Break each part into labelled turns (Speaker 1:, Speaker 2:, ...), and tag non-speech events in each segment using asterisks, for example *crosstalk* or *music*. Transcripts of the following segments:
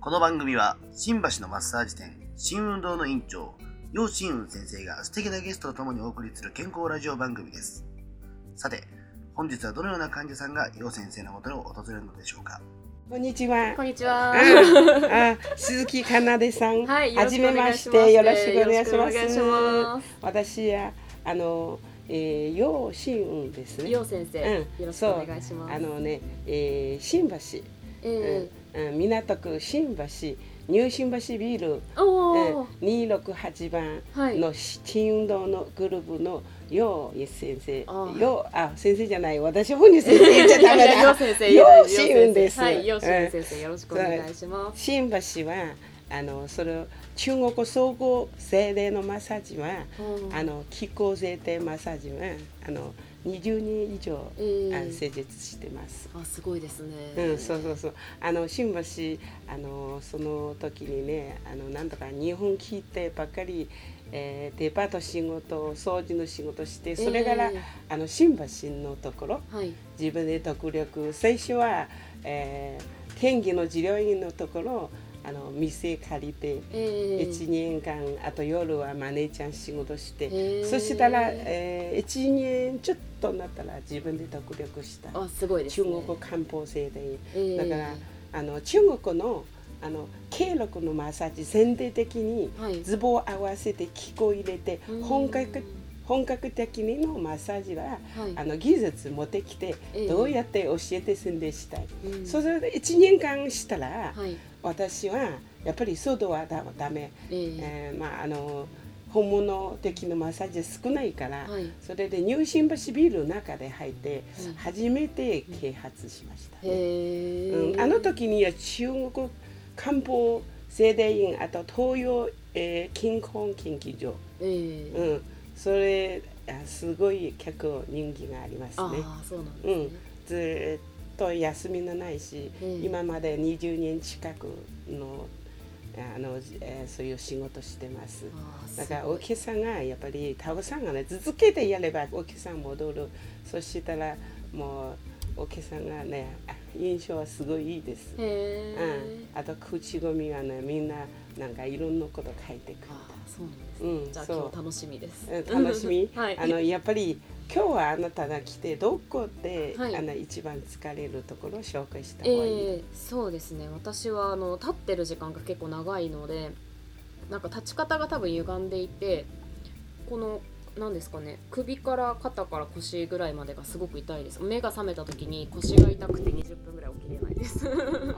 Speaker 1: この番組は新橋のマッサージ店新運動の院長楊新雲先生が素敵なゲストとともにお送りする健康ラジオ番組ですさて本日はどのような患者さんが楊先生のもとを訪れるのでしょうか
Speaker 2: こんにちは。
Speaker 3: こんにち
Speaker 2: あ
Speaker 3: は。
Speaker 2: あ鈴木かなでさん。
Speaker 3: はい、
Speaker 2: はじめまして、よろしくお願いします。
Speaker 3: よろしくお願いし
Speaker 2: 私は、あの、えー、楊新雲です
Speaker 3: ます。
Speaker 2: ね
Speaker 3: りょ。う先生、
Speaker 2: うん
Speaker 3: よろしくお願いします。
Speaker 2: あのね、えー、新橋、
Speaker 3: え
Speaker 2: うん、港区新橋、ニュー新橋ビル、
Speaker 3: ー、お
Speaker 2: うん
Speaker 3: *laughs* お、、
Speaker 2: 268番
Speaker 3: はい。
Speaker 2: の新運動のグループの楊先生、
Speaker 3: あー
Speaker 2: 楊あ先生じゃない、私本人先生言っちゃダメ
Speaker 3: *laughs* いやいやりょう
Speaker 2: だ。
Speaker 3: 先生、
Speaker 2: よう
Speaker 3: りょう先
Speaker 2: し
Speaker 3: 生
Speaker 2: ゅんです
Speaker 3: はい、ようしゅん先生、よろしくお願いします。
Speaker 2: 新橋はあのそれを中国総合精霊のマッサージは
Speaker 3: うん
Speaker 2: あの気候制定マッサージはあの20人以上、
Speaker 3: え
Speaker 2: あの
Speaker 3: ー、
Speaker 2: 施術してます。
Speaker 3: あ、すごいですね。
Speaker 2: うん、そうそうそう。あの新橋あのその時にね、あのなんとか日本聞いてばっかり、えーデパート仕事、掃除の仕事して、それから、
Speaker 3: え
Speaker 2: あの新橋のところ、
Speaker 3: ーはい、
Speaker 2: 自分で独力最初は、えー、県議の治療院のところあの店借りて
Speaker 3: えー、
Speaker 2: 1年間あと夜はマネーちゃん仕事して
Speaker 3: えー
Speaker 2: そしたら、えー、1年ちょっとなったら自分で独力した
Speaker 3: あ、すごいです
Speaker 2: 中
Speaker 3: ね。
Speaker 2: 国漢方制で
Speaker 3: え
Speaker 2: だ
Speaker 3: ー
Speaker 2: からあの中国のあの経絡のマッサージ全体的に
Speaker 3: はい、
Speaker 2: ズボンを合わせて気候入れて
Speaker 3: うん
Speaker 2: 本格本格的にのマッサージは
Speaker 3: はい
Speaker 2: あの技術持ってきて
Speaker 3: ええ
Speaker 2: どうやって教えて宣伝したい、
Speaker 3: うん
Speaker 2: それで1年間したら
Speaker 3: はい、
Speaker 2: 私はやっぱり外はダダメ、
Speaker 3: えー、
Speaker 2: えーまああの本物的なマッサージ少ないから、
Speaker 3: はい、
Speaker 2: それで入信橋ビールの中で入って
Speaker 3: うん
Speaker 2: 初めて啓発しました、
Speaker 3: へ
Speaker 2: う
Speaker 3: ー
Speaker 2: ん、あの時には中国漢方聖霊院あと東洋、えー、金婚研究所、
Speaker 3: えー
Speaker 2: うん、それあすごい客人気があります
Speaker 3: あ
Speaker 2: ね。
Speaker 3: ー、そうなんですね。
Speaker 2: ずっと休みのないし、
Speaker 3: うん
Speaker 2: 今まで20年近くのあの、えーそういう仕事してます。
Speaker 3: あーすご
Speaker 2: だ
Speaker 3: い
Speaker 2: からお客さんがやっぱりタオさんがね続けてやればお客さん戻るそしたらもうお客さんがねあ印象はすごいいいです、
Speaker 3: へ
Speaker 2: う
Speaker 3: ー
Speaker 2: ん、あと口コミはねみんななんかいろんなこと書いてくる
Speaker 3: あーそうなんですね
Speaker 2: うん
Speaker 3: じゃあ
Speaker 2: そう
Speaker 3: 今日楽しみです。
Speaker 2: うん楽しみ
Speaker 3: *laughs* はい。
Speaker 2: あのやっぱり今日はあなたが来てどこで、
Speaker 3: はい
Speaker 2: あの一番疲れるところを紹介した
Speaker 3: え
Speaker 2: 方がいい、
Speaker 3: ーそうですね。私はあの立ってる時間が結構長いので、なんか立ち方が多分歪んでいて、このなんですかね、首から肩から腰ぐらいまでがすごく痛いです。目が覚めた時に腰が痛くて20分ぐらい起きれないで
Speaker 2: あ
Speaker 3: す。 *laughs*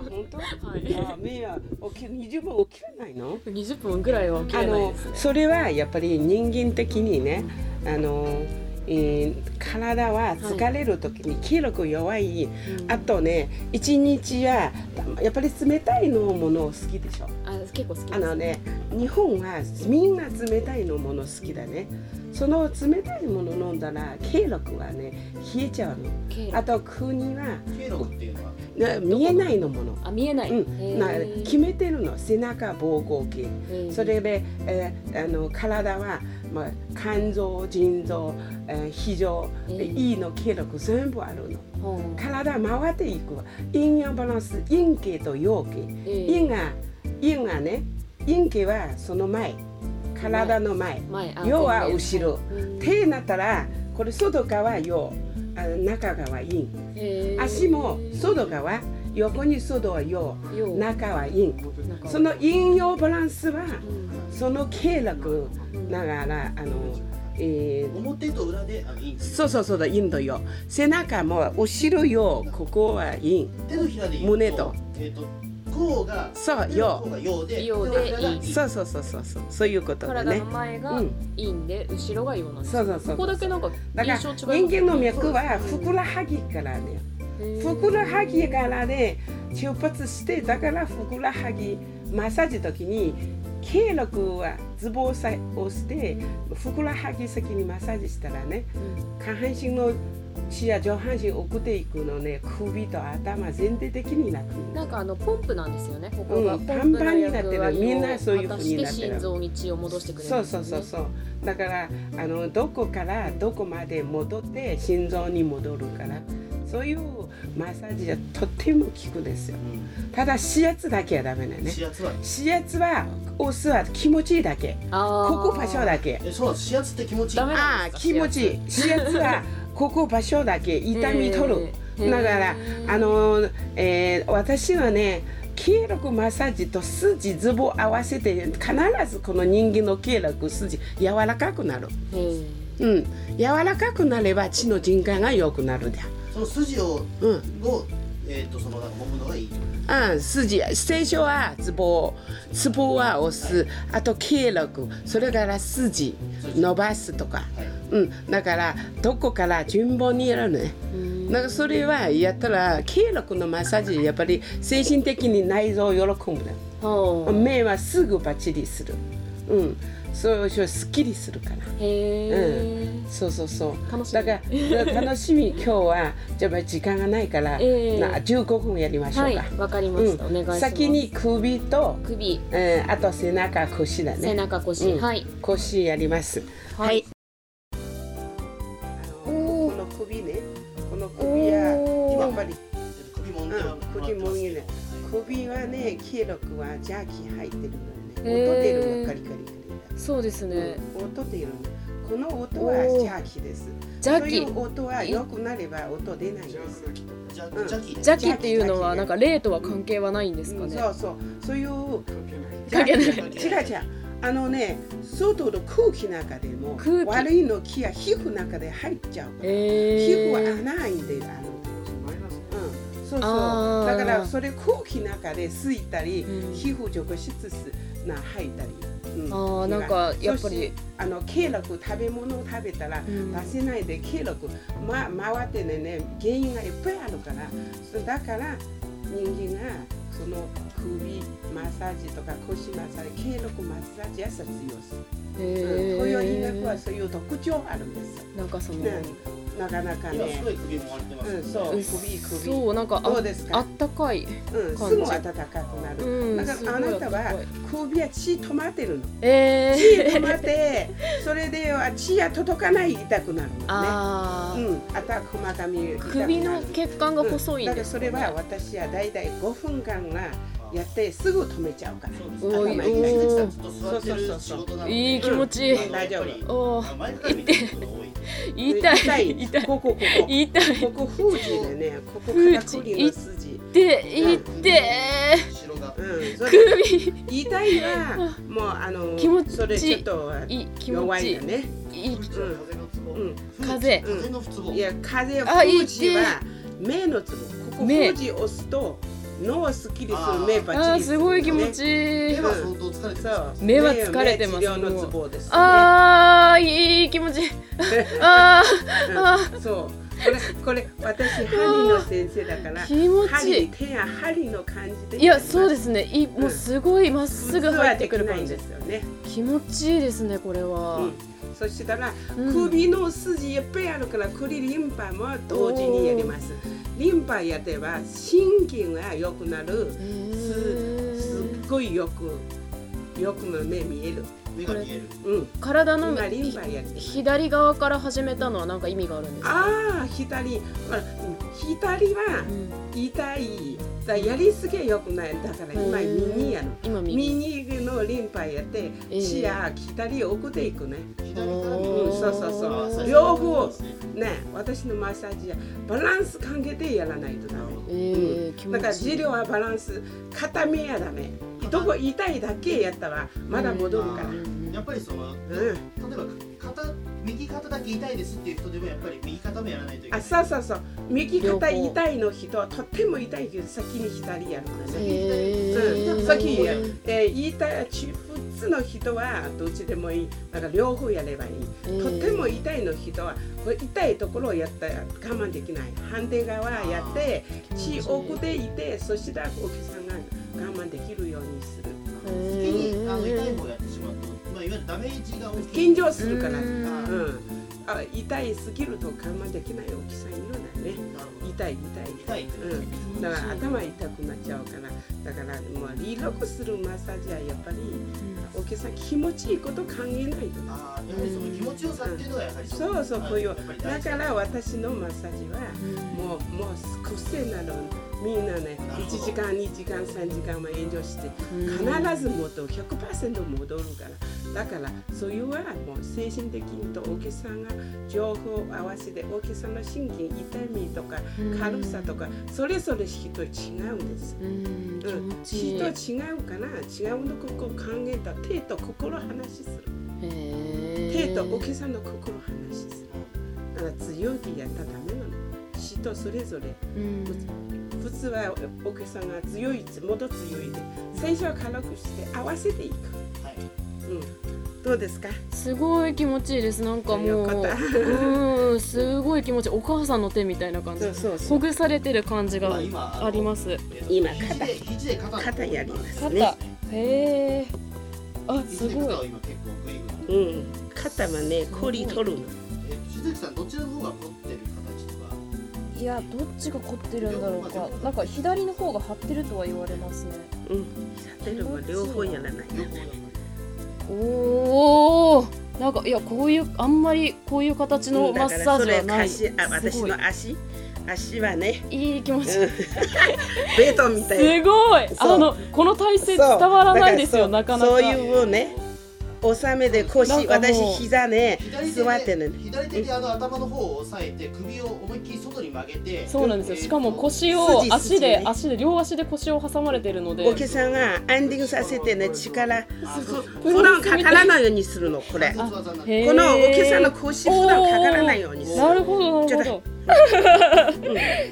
Speaker 2: 本当
Speaker 3: はい。
Speaker 2: あ目は起き20分起きれないの
Speaker 3: 20分ぐらいは起き
Speaker 2: あ
Speaker 3: れない
Speaker 2: の
Speaker 3: ですね。
Speaker 2: それはやっぱり人間的にねあの、えー体は疲れる時に記力弱い、
Speaker 3: うん
Speaker 2: あとね一日はやっぱり冷たいのものを好きでしょ
Speaker 3: あ結構好きです。
Speaker 2: あのね日本はみんな冷たいのもの好きだねその冷たいもの飲んだら経絡はね冷えちゃうの
Speaker 3: 経路
Speaker 2: あと国は
Speaker 1: 経路っていうのは
Speaker 2: な見えないのもの
Speaker 3: あ見えない。
Speaker 2: うんな
Speaker 3: へー
Speaker 2: 決めてるの背中膀胱筋
Speaker 3: へー
Speaker 2: それで、えーあの体は、まあ、肝臓腎臓、えー非常
Speaker 3: えー
Speaker 2: E の経絡全部あるの
Speaker 3: ほう
Speaker 2: 体回っていくわ陰陽バランス陰気と陽気
Speaker 3: えー
Speaker 2: 陰が陰がね陰気はその前体の前
Speaker 3: 前あ
Speaker 2: 要は
Speaker 3: 前
Speaker 2: 後ろ
Speaker 3: うん
Speaker 2: 手になったらこれ外側陽あ中側陰
Speaker 3: へー
Speaker 2: 足も外側横に外は陽
Speaker 3: よう
Speaker 2: 中は陰
Speaker 3: なんか
Speaker 2: その陰陽バランスは
Speaker 3: うん
Speaker 2: その経絡ながらあの、えー
Speaker 1: 表と裏であいい
Speaker 2: そうそうそうだ陰と陽背中も後ろ陽ここは陰
Speaker 1: 手のひらで言う
Speaker 2: 胸と
Speaker 1: えっ、とこうが
Speaker 2: そう
Speaker 1: 手の甲
Speaker 2: 陽
Speaker 1: が陽で
Speaker 3: 陽で
Speaker 1: 手のひらが陰
Speaker 2: そうそうそうそうそうそういうことだ
Speaker 3: 体
Speaker 2: ね
Speaker 3: の前
Speaker 2: う
Speaker 3: が
Speaker 2: ん
Speaker 3: 陰で後ろが陽なんです
Speaker 2: そうそうそう
Speaker 3: ここだけなんか
Speaker 2: だから
Speaker 3: 印象
Speaker 2: 人
Speaker 3: 違います
Speaker 2: 間の脈はふくらはぎからね
Speaker 3: へー
Speaker 2: ふくらはぎからね出発してだからふくらはぎマッサージ時に経絡はズボンをさ押してふくらはぎ先にマッサージしたらね
Speaker 3: うん
Speaker 2: 下半身の視野上半身送っていくのね首と頭全体的に楽にな
Speaker 3: な
Speaker 2: る
Speaker 3: んかあのポンプなんですよねここが、
Speaker 2: うん
Speaker 3: ポンプ
Speaker 2: パンパ
Speaker 3: の
Speaker 2: ンになって
Speaker 3: 役
Speaker 2: る
Speaker 3: 割を
Speaker 2: みんなそういう風になった
Speaker 3: 果
Speaker 2: て
Speaker 3: して
Speaker 2: る
Speaker 3: 心臓に血を戻してくれるん
Speaker 2: そう
Speaker 3: です
Speaker 2: そ
Speaker 3: よ
Speaker 2: う
Speaker 3: ね
Speaker 2: そうそうだからあのどこからどこまで戻って心臓に戻るからそういうマッサージはとっても効くんですよ
Speaker 1: うん
Speaker 2: ただ指圧だけはダメだね
Speaker 1: 指圧は
Speaker 2: 指圧は押すは気持ちいいだけ
Speaker 3: あ
Speaker 2: ここ場所だけ
Speaker 1: えそうなんです指圧って気持ちいい
Speaker 3: ダメ
Speaker 2: ああ気持ちいい指圧はここ場所だけ痛み取る、だからあの、えー私はね経絡マッサージと筋ズボ合わせて必ずこの人間の経絡筋柔らかくなる、うん、柔らかくなれば血の循環が良くなるだ、
Speaker 1: その筋を
Speaker 2: うん、
Speaker 1: をえっ、とそのなんか揉むのがいい
Speaker 2: うん、筋最初はツボツボは押すあと経絡それから筋伸ばすとか、
Speaker 1: はい
Speaker 2: うん、だからどこから順番にやるのねなんかそれはやったら経絡のマッサージやっぱり精神的に内臓喜ぶね目はすぐバッチリするうんそうそうすっきりするからそうそうそう
Speaker 3: 楽しい
Speaker 2: だ
Speaker 3: *laughs*
Speaker 2: から楽しみ今日はじゃあ時間がないから、
Speaker 3: ええ
Speaker 2: な15分やりましょうか、
Speaker 3: はいわかりました、お願いします
Speaker 2: 先に首と、
Speaker 3: 首
Speaker 2: えーあと背中腰だ
Speaker 3: 背
Speaker 2: ね
Speaker 3: 中腰、
Speaker 2: うん
Speaker 3: はい
Speaker 2: 腰やりますはいあの
Speaker 3: おー
Speaker 2: この首ねこの
Speaker 3: お
Speaker 2: 首はやっ
Speaker 3: ー
Speaker 2: ぱり
Speaker 1: 首揉んでは
Speaker 2: うん
Speaker 1: もらってますけど
Speaker 2: 首首はね黄色くはジャーキー入ってるのね音
Speaker 3: へー
Speaker 2: 出るのカリカリ
Speaker 3: そうです
Speaker 2: カリ、
Speaker 3: ね、
Speaker 2: うん音出るのこの音は
Speaker 3: おー
Speaker 2: ジャーキーです
Speaker 3: ジャーキ
Speaker 2: そうい
Speaker 3: ー
Speaker 2: う音は良くなれば音出ないんです
Speaker 1: ジャジャキーね
Speaker 3: ジャーキーっていうのはなんか霊とは関係はないんですか
Speaker 2: うん
Speaker 3: ね、
Speaker 2: そうそうそういう
Speaker 3: かけない
Speaker 2: 違う違うあのね外の空気の中でも
Speaker 3: 空気
Speaker 2: 悪いの気や皮膚の中で入っちゃうから、皮膚
Speaker 3: え
Speaker 2: は
Speaker 3: ー、
Speaker 2: 穴開いてるあの、うん、そうそ
Speaker 3: あ
Speaker 2: う
Speaker 3: ー
Speaker 2: だからそれ空気の中で吸いたり、
Speaker 3: うん
Speaker 2: 皮膚直接な入ったり、うん
Speaker 3: あーなんかやっぱり
Speaker 2: そしてあの経絡食べ物を食べたら、
Speaker 3: うん
Speaker 2: 出せないで経絡、ま、回ってねね原因がいっぱいあるからそだから人間がその首マッサージとか腰マッサージ経絡マッサージやさつ用する、
Speaker 3: え
Speaker 2: 東洋医学はそういう特徴あるんです、
Speaker 3: なんかその、
Speaker 2: ねなかなか
Speaker 1: 今す
Speaker 2: ね
Speaker 1: ごい首揉まれてます
Speaker 2: う
Speaker 1: よ
Speaker 2: ん
Speaker 1: ね
Speaker 2: そう首首
Speaker 3: そうなんか
Speaker 2: ど
Speaker 3: あ
Speaker 2: うです
Speaker 3: あ
Speaker 2: か
Speaker 3: ったかい、
Speaker 2: うん、すぐ暖かくなる、
Speaker 3: うん、
Speaker 2: だからあなたは首は血止まってるの
Speaker 3: え
Speaker 2: 血止まってそれでは血が届かない痛くなるのね
Speaker 3: ああ、
Speaker 2: うん、頭またみ
Speaker 3: 首の血管が細いん
Speaker 2: だか
Speaker 3: で
Speaker 2: ら
Speaker 3: す
Speaker 2: そ
Speaker 3: か
Speaker 2: れ
Speaker 3: ね、
Speaker 2: は私はだいたい5分間がやってすぐ止めちゃうから
Speaker 1: そうですね。
Speaker 3: おー
Speaker 1: 頭いいですねずっと座ってる仕事なので
Speaker 3: いい気持ちいい
Speaker 1: あのやっぱり
Speaker 2: 大
Speaker 3: おー
Speaker 1: 前から見てる人が多い。
Speaker 3: 痛い
Speaker 2: 痛
Speaker 3: 痛
Speaker 2: い
Speaker 3: い痛い
Speaker 2: ここここ
Speaker 3: 痛い
Speaker 2: ここ封じでねここ肩こりの筋
Speaker 1: 後
Speaker 3: で痛い
Speaker 1: ろが
Speaker 2: うん、それ
Speaker 3: 首
Speaker 2: 痛いはもうあの
Speaker 3: 気持ちいい
Speaker 2: それちょっと
Speaker 3: いい気持
Speaker 2: 弱
Speaker 3: ちい
Speaker 2: い
Speaker 3: い
Speaker 2: よね
Speaker 3: いい
Speaker 1: 風のツボ。
Speaker 2: うん
Speaker 3: 風
Speaker 1: 風のツボ。
Speaker 2: いや風
Speaker 3: あ
Speaker 2: 封じは目のつぼここ
Speaker 3: 目
Speaker 2: 封じ押すと脳をすっきりす
Speaker 1: あ
Speaker 2: る
Speaker 1: ー
Speaker 2: 目バ
Speaker 3: あ
Speaker 2: ッチ
Speaker 3: ー
Speaker 2: リ
Speaker 3: すごい気持
Speaker 2: い
Speaker 3: ちいい
Speaker 1: 手は相当疲れてます。
Speaker 3: 目は疲れてます
Speaker 2: 目治療のツボですね
Speaker 3: あーいい気
Speaker 2: *laughs*
Speaker 3: 持ちいいあーあ
Speaker 2: そう。これこれ私針の先生だから
Speaker 3: ー。気持ちい
Speaker 2: 針手や針の感じで。
Speaker 3: いいやそうですねいいもうすごいまっすぐ入ってくる
Speaker 2: 普通はできないん
Speaker 3: 感じ
Speaker 2: ですよね。
Speaker 3: 気持ちいいですねこれは、
Speaker 2: うん。そしたら
Speaker 3: うん
Speaker 2: 首の筋いっぱいあるから首リンパも同時にやります。リンパやれば神経が良くなる。
Speaker 3: へー
Speaker 2: すっごいよくよくの目見える。
Speaker 1: 目が見える。
Speaker 2: うん。
Speaker 3: 体の
Speaker 2: 今リンパやって。
Speaker 3: 左側から始めたのは何か意味があるんですか、
Speaker 2: ああ左まあうん左は
Speaker 3: うん
Speaker 2: 痛いだやりすぎは良くないだから今耳やの。
Speaker 3: 今右
Speaker 2: 右のリンパやって
Speaker 3: ええ
Speaker 2: 血や左へ送っていくね。
Speaker 1: 左から見
Speaker 2: うんそうそう
Speaker 1: あー
Speaker 2: そ
Speaker 1: 最
Speaker 2: う。
Speaker 1: 初
Speaker 2: 両方
Speaker 1: そうですね
Speaker 2: ね私のマッサージはバランス関係でやらないとダメ。
Speaker 3: えー気持ちいい
Speaker 2: だから治療はバランス固めやダメ。どこ痛いだけやったらまだ戻るか
Speaker 1: う
Speaker 2: ら。
Speaker 1: んやっぱりその、例えば肩右肩だけ痛いですっていう人でもやっぱり右肩もやらないといけな
Speaker 2: あ
Speaker 1: い。
Speaker 2: そうそうそう右肩
Speaker 3: 両方
Speaker 2: 痛いの人はとっても痛いけど先に左やるからね。
Speaker 3: へー
Speaker 2: うん先やえー、言いたいち普通の人はどっちでもいいだから両方やればいい、
Speaker 3: うん
Speaker 2: とっても痛いの人はこれ痛いところをやったら我慢できない反対側やって
Speaker 3: あー
Speaker 2: 血奥でいてそしたらお客さんが我慢できるようにする
Speaker 1: 先にあの痛い方やってしまうと、まあ、いわゆるダメージが大きい。
Speaker 2: 緊張するから、う
Speaker 3: うんん
Speaker 2: あ痛いすぎると我慢できないお客さんいるんだよねね
Speaker 1: なるほど
Speaker 2: 痛い痛い
Speaker 1: 痛いってなる
Speaker 2: うんだから頭痛くなっちゃうからだからもうリラックスするマッサージはやっぱりお客さん気持ちいいこと考えないと
Speaker 1: あーやはりその気持ちよさっていうのがやはり
Speaker 2: そうそうこういうだから
Speaker 1: は
Speaker 2: 私のマッサージはもうもう癖なのみんなね
Speaker 1: なるほど
Speaker 2: 1時間2時間3時間は炎上して
Speaker 3: うん
Speaker 2: 必ず戻る100%戻るからだからそういうはもう精神的にとお客さんが情報合わせてお客さんの心筋痛みとか軽さとかそれぞれ人違うんです
Speaker 3: うん気持ちいい
Speaker 2: 人違うかな違うのここ考えた手と心話する
Speaker 3: へ
Speaker 2: 手
Speaker 3: ー
Speaker 2: とお客さんの心話するだから強気やったらダメなの人それぞれ
Speaker 3: うん
Speaker 2: 普通はお客さんが強いもっと強いで最初は軽くして合わせていく、
Speaker 1: はい
Speaker 2: うん、どうですか
Speaker 3: すごい気持ちいいですなんかも
Speaker 2: よ
Speaker 3: う
Speaker 2: かった
Speaker 3: うんすごい気持ちいいお母さんの手みたいな感じ
Speaker 2: そうそうそ
Speaker 3: ほ
Speaker 2: う
Speaker 3: ぐされてる感じが
Speaker 1: まあ今
Speaker 3: あります
Speaker 1: えっと
Speaker 2: 今
Speaker 1: 肘
Speaker 2: 肩
Speaker 1: で肘で肩の
Speaker 2: 肩やります
Speaker 1: そう
Speaker 3: 肩
Speaker 1: で
Speaker 2: ね
Speaker 1: ね
Speaker 3: へえあす
Speaker 1: 肘で
Speaker 3: ごい
Speaker 1: 肩を今結構グイグイ
Speaker 2: うん肩はね氷取るの
Speaker 1: えっと鈴木さんどちらの方が凝ってる形とか
Speaker 3: いやどっちが凝ってるんだろうかなんか左の方が張ってるとは言われますね
Speaker 2: うんシャテルは両方やらない
Speaker 1: 両方やる
Speaker 3: おおなんかいやこういうあんまりこういう形のマッサージはない、
Speaker 2: うんだからそれ足あ私
Speaker 3: すごい
Speaker 2: の足足はね
Speaker 3: いい気持ち、
Speaker 2: うんベトみたいな
Speaker 3: すごい
Speaker 2: そう
Speaker 3: あのこの体勢伝
Speaker 2: そう
Speaker 3: わらないですよな
Speaker 2: だ
Speaker 3: からなか
Speaker 2: そうそういうね収めで腰
Speaker 3: なんかもう
Speaker 2: 私膝ね
Speaker 1: 左手で
Speaker 2: 座ってるの
Speaker 1: 左手であの頭の方を押さえて首を思いっきり外に曲げて
Speaker 3: そうなんですよしかも腰
Speaker 2: 筋
Speaker 3: を
Speaker 2: 筋ね
Speaker 3: 足で足で両足で腰を挟まれてるので
Speaker 2: お客さんがアンディングさせてね力
Speaker 1: あそうそう
Speaker 2: 普段かからないようにするのこれこ
Speaker 1: 関節技なんで
Speaker 3: へー
Speaker 2: のお客さんの腰普段かからないようにする
Speaker 3: なるほどなるほ
Speaker 2: ちょ
Speaker 3: ど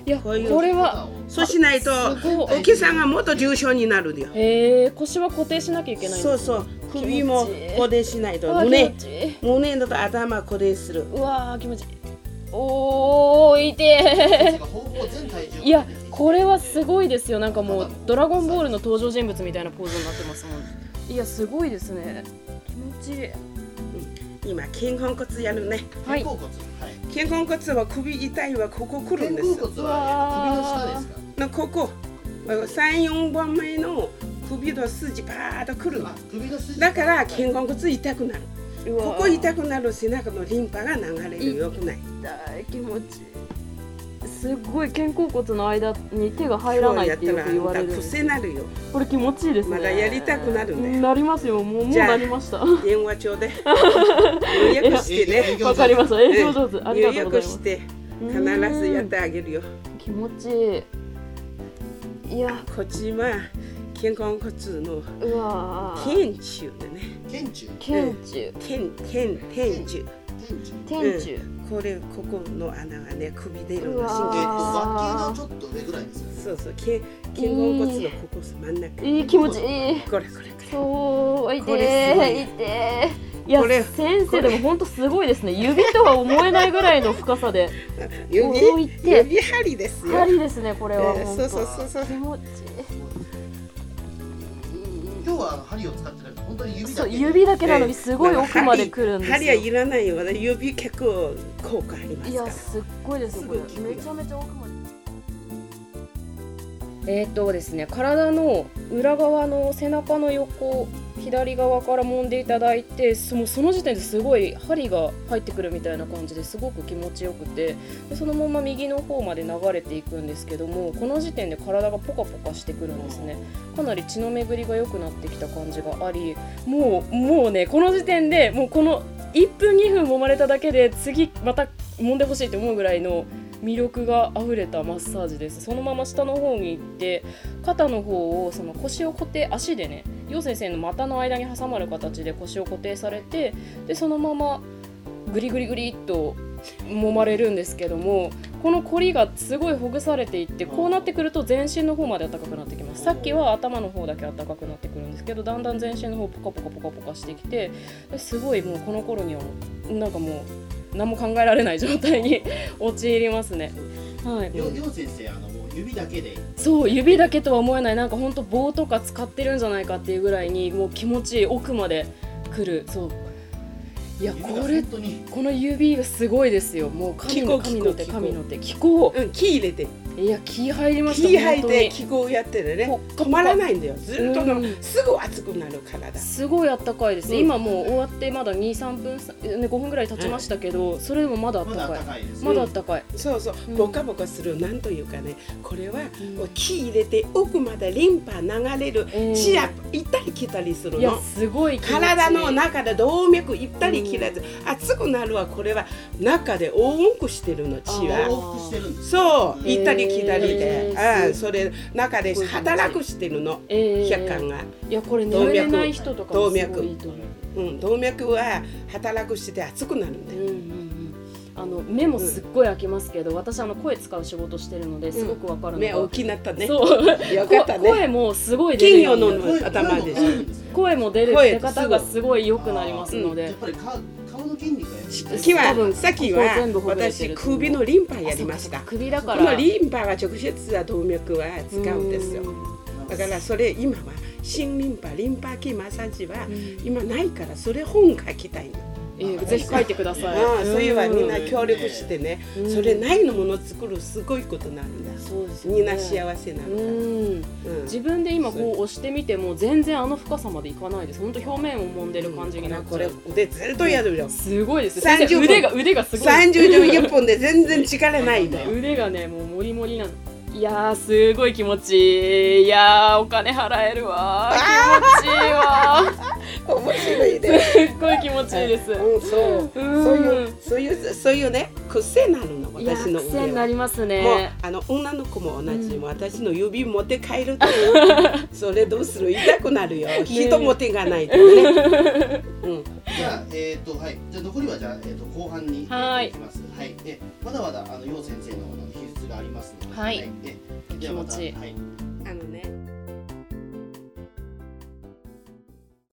Speaker 3: いや
Speaker 2: こ
Speaker 3: こ
Speaker 2: ういう
Speaker 3: れは
Speaker 1: 肩を
Speaker 2: そうしないと
Speaker 3: すご
Speaker 2: お
Speaker 3: い
Speaker 2: 客さんがもっと重症になるよ
Speaker 3: へえ腰は固定しなきゃいけないん
Speaker 2: そ
Speaker 3: で
Speaker 2: う
Speaker 3: す
Speaker 2: そう首も
Speaker 3: 気持ちいい
Speaker 2: 固定しないと
Speaker 3: あー気
Speaker 2: 胸
Speaker 3: 持ちいい
Speaker 2: 胸だと頭固定する
Speaker 3: うわー気持ちいいおーいて
Speaker 1: 方向全体重を
Speaker 3: ーいやこれはすごいですよなんかもう「ドラゴンボール」
Speaker 1: の
Speaker 3: の登場人物みたいなポーズになってますもんいやすごいですね気持ちいい
Speaker 2: 今肩甲骨やるね
Speaker 1: 肩
Speaker 3: はい
Speaker 1: 甲骨はい
Speaker 2: 肩甲骨は首痛いはここ来るん
Speaker 1: 肩
Speaker 2: です
Speaker 1: 甲骨は首の下です
Speaker 2: のここ34番目の首の筋パーッとくる
Speaker 1: かあ首の筋
Speaker 2: だから肩甲骨痛くなるここ痛くなる背中のリンパが流れるよくない
Speaker 3: 痛い気持ちいいすっごい肩甲骨の間に手が入らないってよく言われるん
Speaker 2: そうやったらあんた癖なる
Speaker 3: です
Speaker 2: よ
Speaker 3: これ気持ちいいですね
Speaker 2: まだやりたくなるね
Speaker 3: なりますよもうもう
Speaker 2: じゃあ
Speaker 3: なりました *laughs* わ
Speaker 2: 電話帳で予約してね
Speaker 3: かりました営業上手あり
Speaker 2: 予
Speaker 3: がとうご
Speaker 2: 約
Speaker 3: ざいま
Speaker 2: し
Speaker 3: す
Speaker 2: て必ずやってあげるよ
Speaker 3: うん気持ちいいいや
Speaker 2: こっちは肩甲骨の
Speaker 3: うわー
Speaker 2: 天柱でね
Speaker 1: 天柱
Speaker 3: 天柱
Speaker 2: 天天天柱
Speaker 1: 天柱
Speaker 3: 天柱、
Speaker 2: これここの穴がね首出る
Speaker 3: う
Speaker 2: の
Speaker 3: わー
Speaker 2: 神
Speaker 1: えっ
Speaker 2: 経
Speaker 1: と
Speaker 3: あ
Speaker 1: 脇
Speaker 3: ー
Speaker 1: のちょっと上ぐらいですよね
Speaker 2: そうそう、け肩甲骨のここ真ん中。
Speaker 3: いい気持ちいい
Speaker 2: これこれこ
Speaker 3: そういて
Speaker 2: これすごい
Speaker 3: ーいてーいや
Speaker 2: これ
Speaker 3: 先
Speaker 2: こ
Speaker 3: 生
Speaker 2: れ
Speaker 3: でも本当すごいですね指とは思えないぐらいの深さで
Speaker 2: れ。
Speaker 3: こう
Speaker 2: *laughs* 指
Speaker 3: いって
Speaker 2: 指針ですよ。
Speaker 3: 針ですねこれは
Speaker 2: えー
Speaker 3: 本
Speaker 2: そう
Speaker 3: 当
Speaker 2: そうそうそう
Speaker 3: 気。持ち
Speaker 1: 今日はあの針を使ってなくて本当に
Speaker 3: いい
Speaker 1: 指だ
Speaker 3: そう
Speaker 1: け
Speaker 3: 指だけなのにすごい奥まで来るんです
Speaker 2: 針
Speaker 3: よ
Speaker 2: 針はいらないよ。私指結構効果ありま
Speaker 3: い
Speaker 2: すか
Speaker 3: や
Speaker 2: ら。
Speaker 3: すっごいですよこれ
Speaker 2: すごい
Speaker 3: めちゃめちゃ奥までえー、っとですね体の裏側の背中の横左側から揉んでいただいてそもうその時点ですごい針が入ってくるみたいな感じですごく気持ちよくてでそのまま右の方まで流れていくんですけどもこの時点で体がポカポカしてくるんですねかなり血の巡りが良くなってきた感じがありもうもうねこの時点でもうこの1分2分揉まれただけで次また揉んでほしいと思うぐらいの魅力が溢れたマッサージですそのまま下の方に行って肩の方をその腰を固定足でね陽先生の股の間に挟まる形で腰を固定されてでそのままグリグリグリっと揉まれるんですけどもこの凝りがすごいほぐされていってこうなってくると全身の方まで暖かくなってきますさっきは頭の方だけ暖かくなってくるんですけどだんだん全身の方ポカポカポカポカしてきてですごいもうこの頃にはもうなんかもう何も考えられない状態に *laughs* 陥りますね。はい、
Speaker 1: りょりょう先生あのもう指だけで
Speaker 3: そう指だけとは思えないなんかほんと棒とか使ってるんじゃないかっていうぐらいにもう気持ちいい奥まで来るそういやこ
Speaker 1: 指
Speaker 3: れ
Speaker 1: が本当に
Speaker 3: この指がすごいですよもう神の
Speaker 2: 気
Speaker 3: 神
Speaker 2: 候
Speaker 3: の手
Speaker 2: 気候
Speaker 3: 神の手気候
Speaker 2: うん、木入れて
Speaker 3: いや気入りました
Speaker 2: 木入っ
Speaker 3: 本当
Speaker 2: て
Speaker 3: に
Speaker 2: 気候やってるね
Speaker 3: ほっかほか
Speaker 2: 止まらないんだよずっとの、
Speaker 3: うん
Speaker 2: すぐ熱くなる体
Speaker 3: すごいあったかいです、
Speaker 2: うん
Speaker 3: 今もう終わってまだ23分、ね、5分ぐらい経ちましたけど、それでもまだあっ
Speaker 1: まだ
Speaker 3: たかい
Speaker 1: 高いです
Speaker 3: まだあったかい、
Speaker 2: そうそう、
Speaker 3: うん
Speaker 2: ボカボカするなんというかねこれは、
Speaker 3: うん
Speaker 2: 木入れて奥までリンパ流れる
Speaker 3: えー
Speaker 2: 血や行ったり来たりする
Speaker 3: いや
Speaker 2: の
Speaker 3: すごい気持ちいい
Speaker 2: 体の中で動脈行ったり来たり熱くなるはこれは中で大音くしてるの血
Speaker 3: あー
Speaker 2: は。
Speaker 1: 往復してるんです
Speaker 2: そう
Speaker 3: えー
Speaker 2: 行ったり来たりで、
Speaker 3: えー
Speaker 2: ああそれ中で働くしてるの
Speaker 3: えー
Speaker 2: 血管が、
Speaker 3: いやこれ眠れない人とかもすごいいいと思う
Speaker 2: うん、動脈は働くしてて熱くなるんだ
Speaker 3: うん
Speaker 2: よ
Speaker 3: うんうんあの目もすっごい開きますけど私あの声使う仕事してるのですごくわかるの
Speaker 2: 目
Speaker 3: が、
Speaker 2: 大きなったね
Speaker 3: そう
Speaker 2: よかった
Speaker 3: こ声
Speaker 2: ね
Speaker 3: もすごい
Speaker 2: 金
Speaker 3: 出る
Speaker 2: 魚
Speaker 3: ようになる
Speaker 2: の頭でしょ
Speaker 3: 声も出る出方がすごい良くなりますの
Speaker 1: や
Speaker 3: で
Speaker 1: っ、ぱり顔顔の筋肉がやっぱり
Speaker 3: うん
Speaker 2: 木
Speaker 3: 多分
Speaker 2: はさっきは
Speaker 3: ここ全部ほぐれて
Speaker 2: 私
Speaker 3: ると思う
Speaker 2: 首のリンパやりまし
Speaker 3: あ
Speaker 2: た
Speaker 3: そっか首だか
Speaker 2: こ
Speaker 3: ら
Speaker 2: のリンパが直接は動脈は使うんですよだからそれ今は新リンパリンパ系マッサージは今ないからそれ本書きたいの、
Speaker 3: えーぜひ書いてください。
Speaker 2: ああそういえばみんな
Speaker 3: うん
Speaker 2: 協力してね、
Speaker 3: うん
Speaker 2: それないのもの作るすごいことなんだ、
Speaker 3: そうですよね
Speaker 2: みんな幸せな
Speaker 3: う
Speaker 2: のだ、
Speaker 3: ん
Speaker 2: うん
Speaker 3: 自分で今こう押してみても全然あの深さまでいかないです。本当表面を揉んでる感じになっ
Speaker 2: こ
Speaker 3: ちゃ
Speaker 2: れ
Speaker 3: う。
Speaker 2: 腕ずっとやるよ、
Speaker 3: すごいですよ。
Speaker 2: 30
Speaker 3: 先生腕が腕がすごい。
Speaker 2: 30秒1本で全然力ないん
Speaker 3: *laughs*
Speaker 2: だよ
Speaker 3: 腕がねもうモリモリなの。いやーすごい気持ちいい。いやーお金払えるわー。気持ちいいわ
Speaker 2: 面白いね、
Speaker 3: ー。すっごい気持ちいいです。
Speaker 2: うん、そう
Speaker 3: うん
Speaker 2: そういうそういうそういうね癖なるの
Speaker 3: いや
Speaker 2: 私の
Speaker 3: ー
Speaker 2: 腕は
Speaker 3: 癖になります
Speaker 2: もう
Speaker 3: ね。
Speaker 2: あの女の子も同じ、
Speaker 3: うん
Speaker 2: 私の指持って帰ると
Speaker 3: *laughs*
Speaker 2: いうそれどうする痛くなるよ人持てがないとね、うん、
Speaker 1: じゃあ、えっ、と、はい、じゃあ、残りは、じゃあ、えっ、と、後半に。
Speaker 3: はい
Speaker 1: きます。はい、え、まだまだ、あの、よう先生の、あの、秘術がありますので。
Speaker 3: はい
Speaker 1: え、で
Speaker 3: 気持ちいい
Speaker 1: はまたはい。
Speaker 2: あのね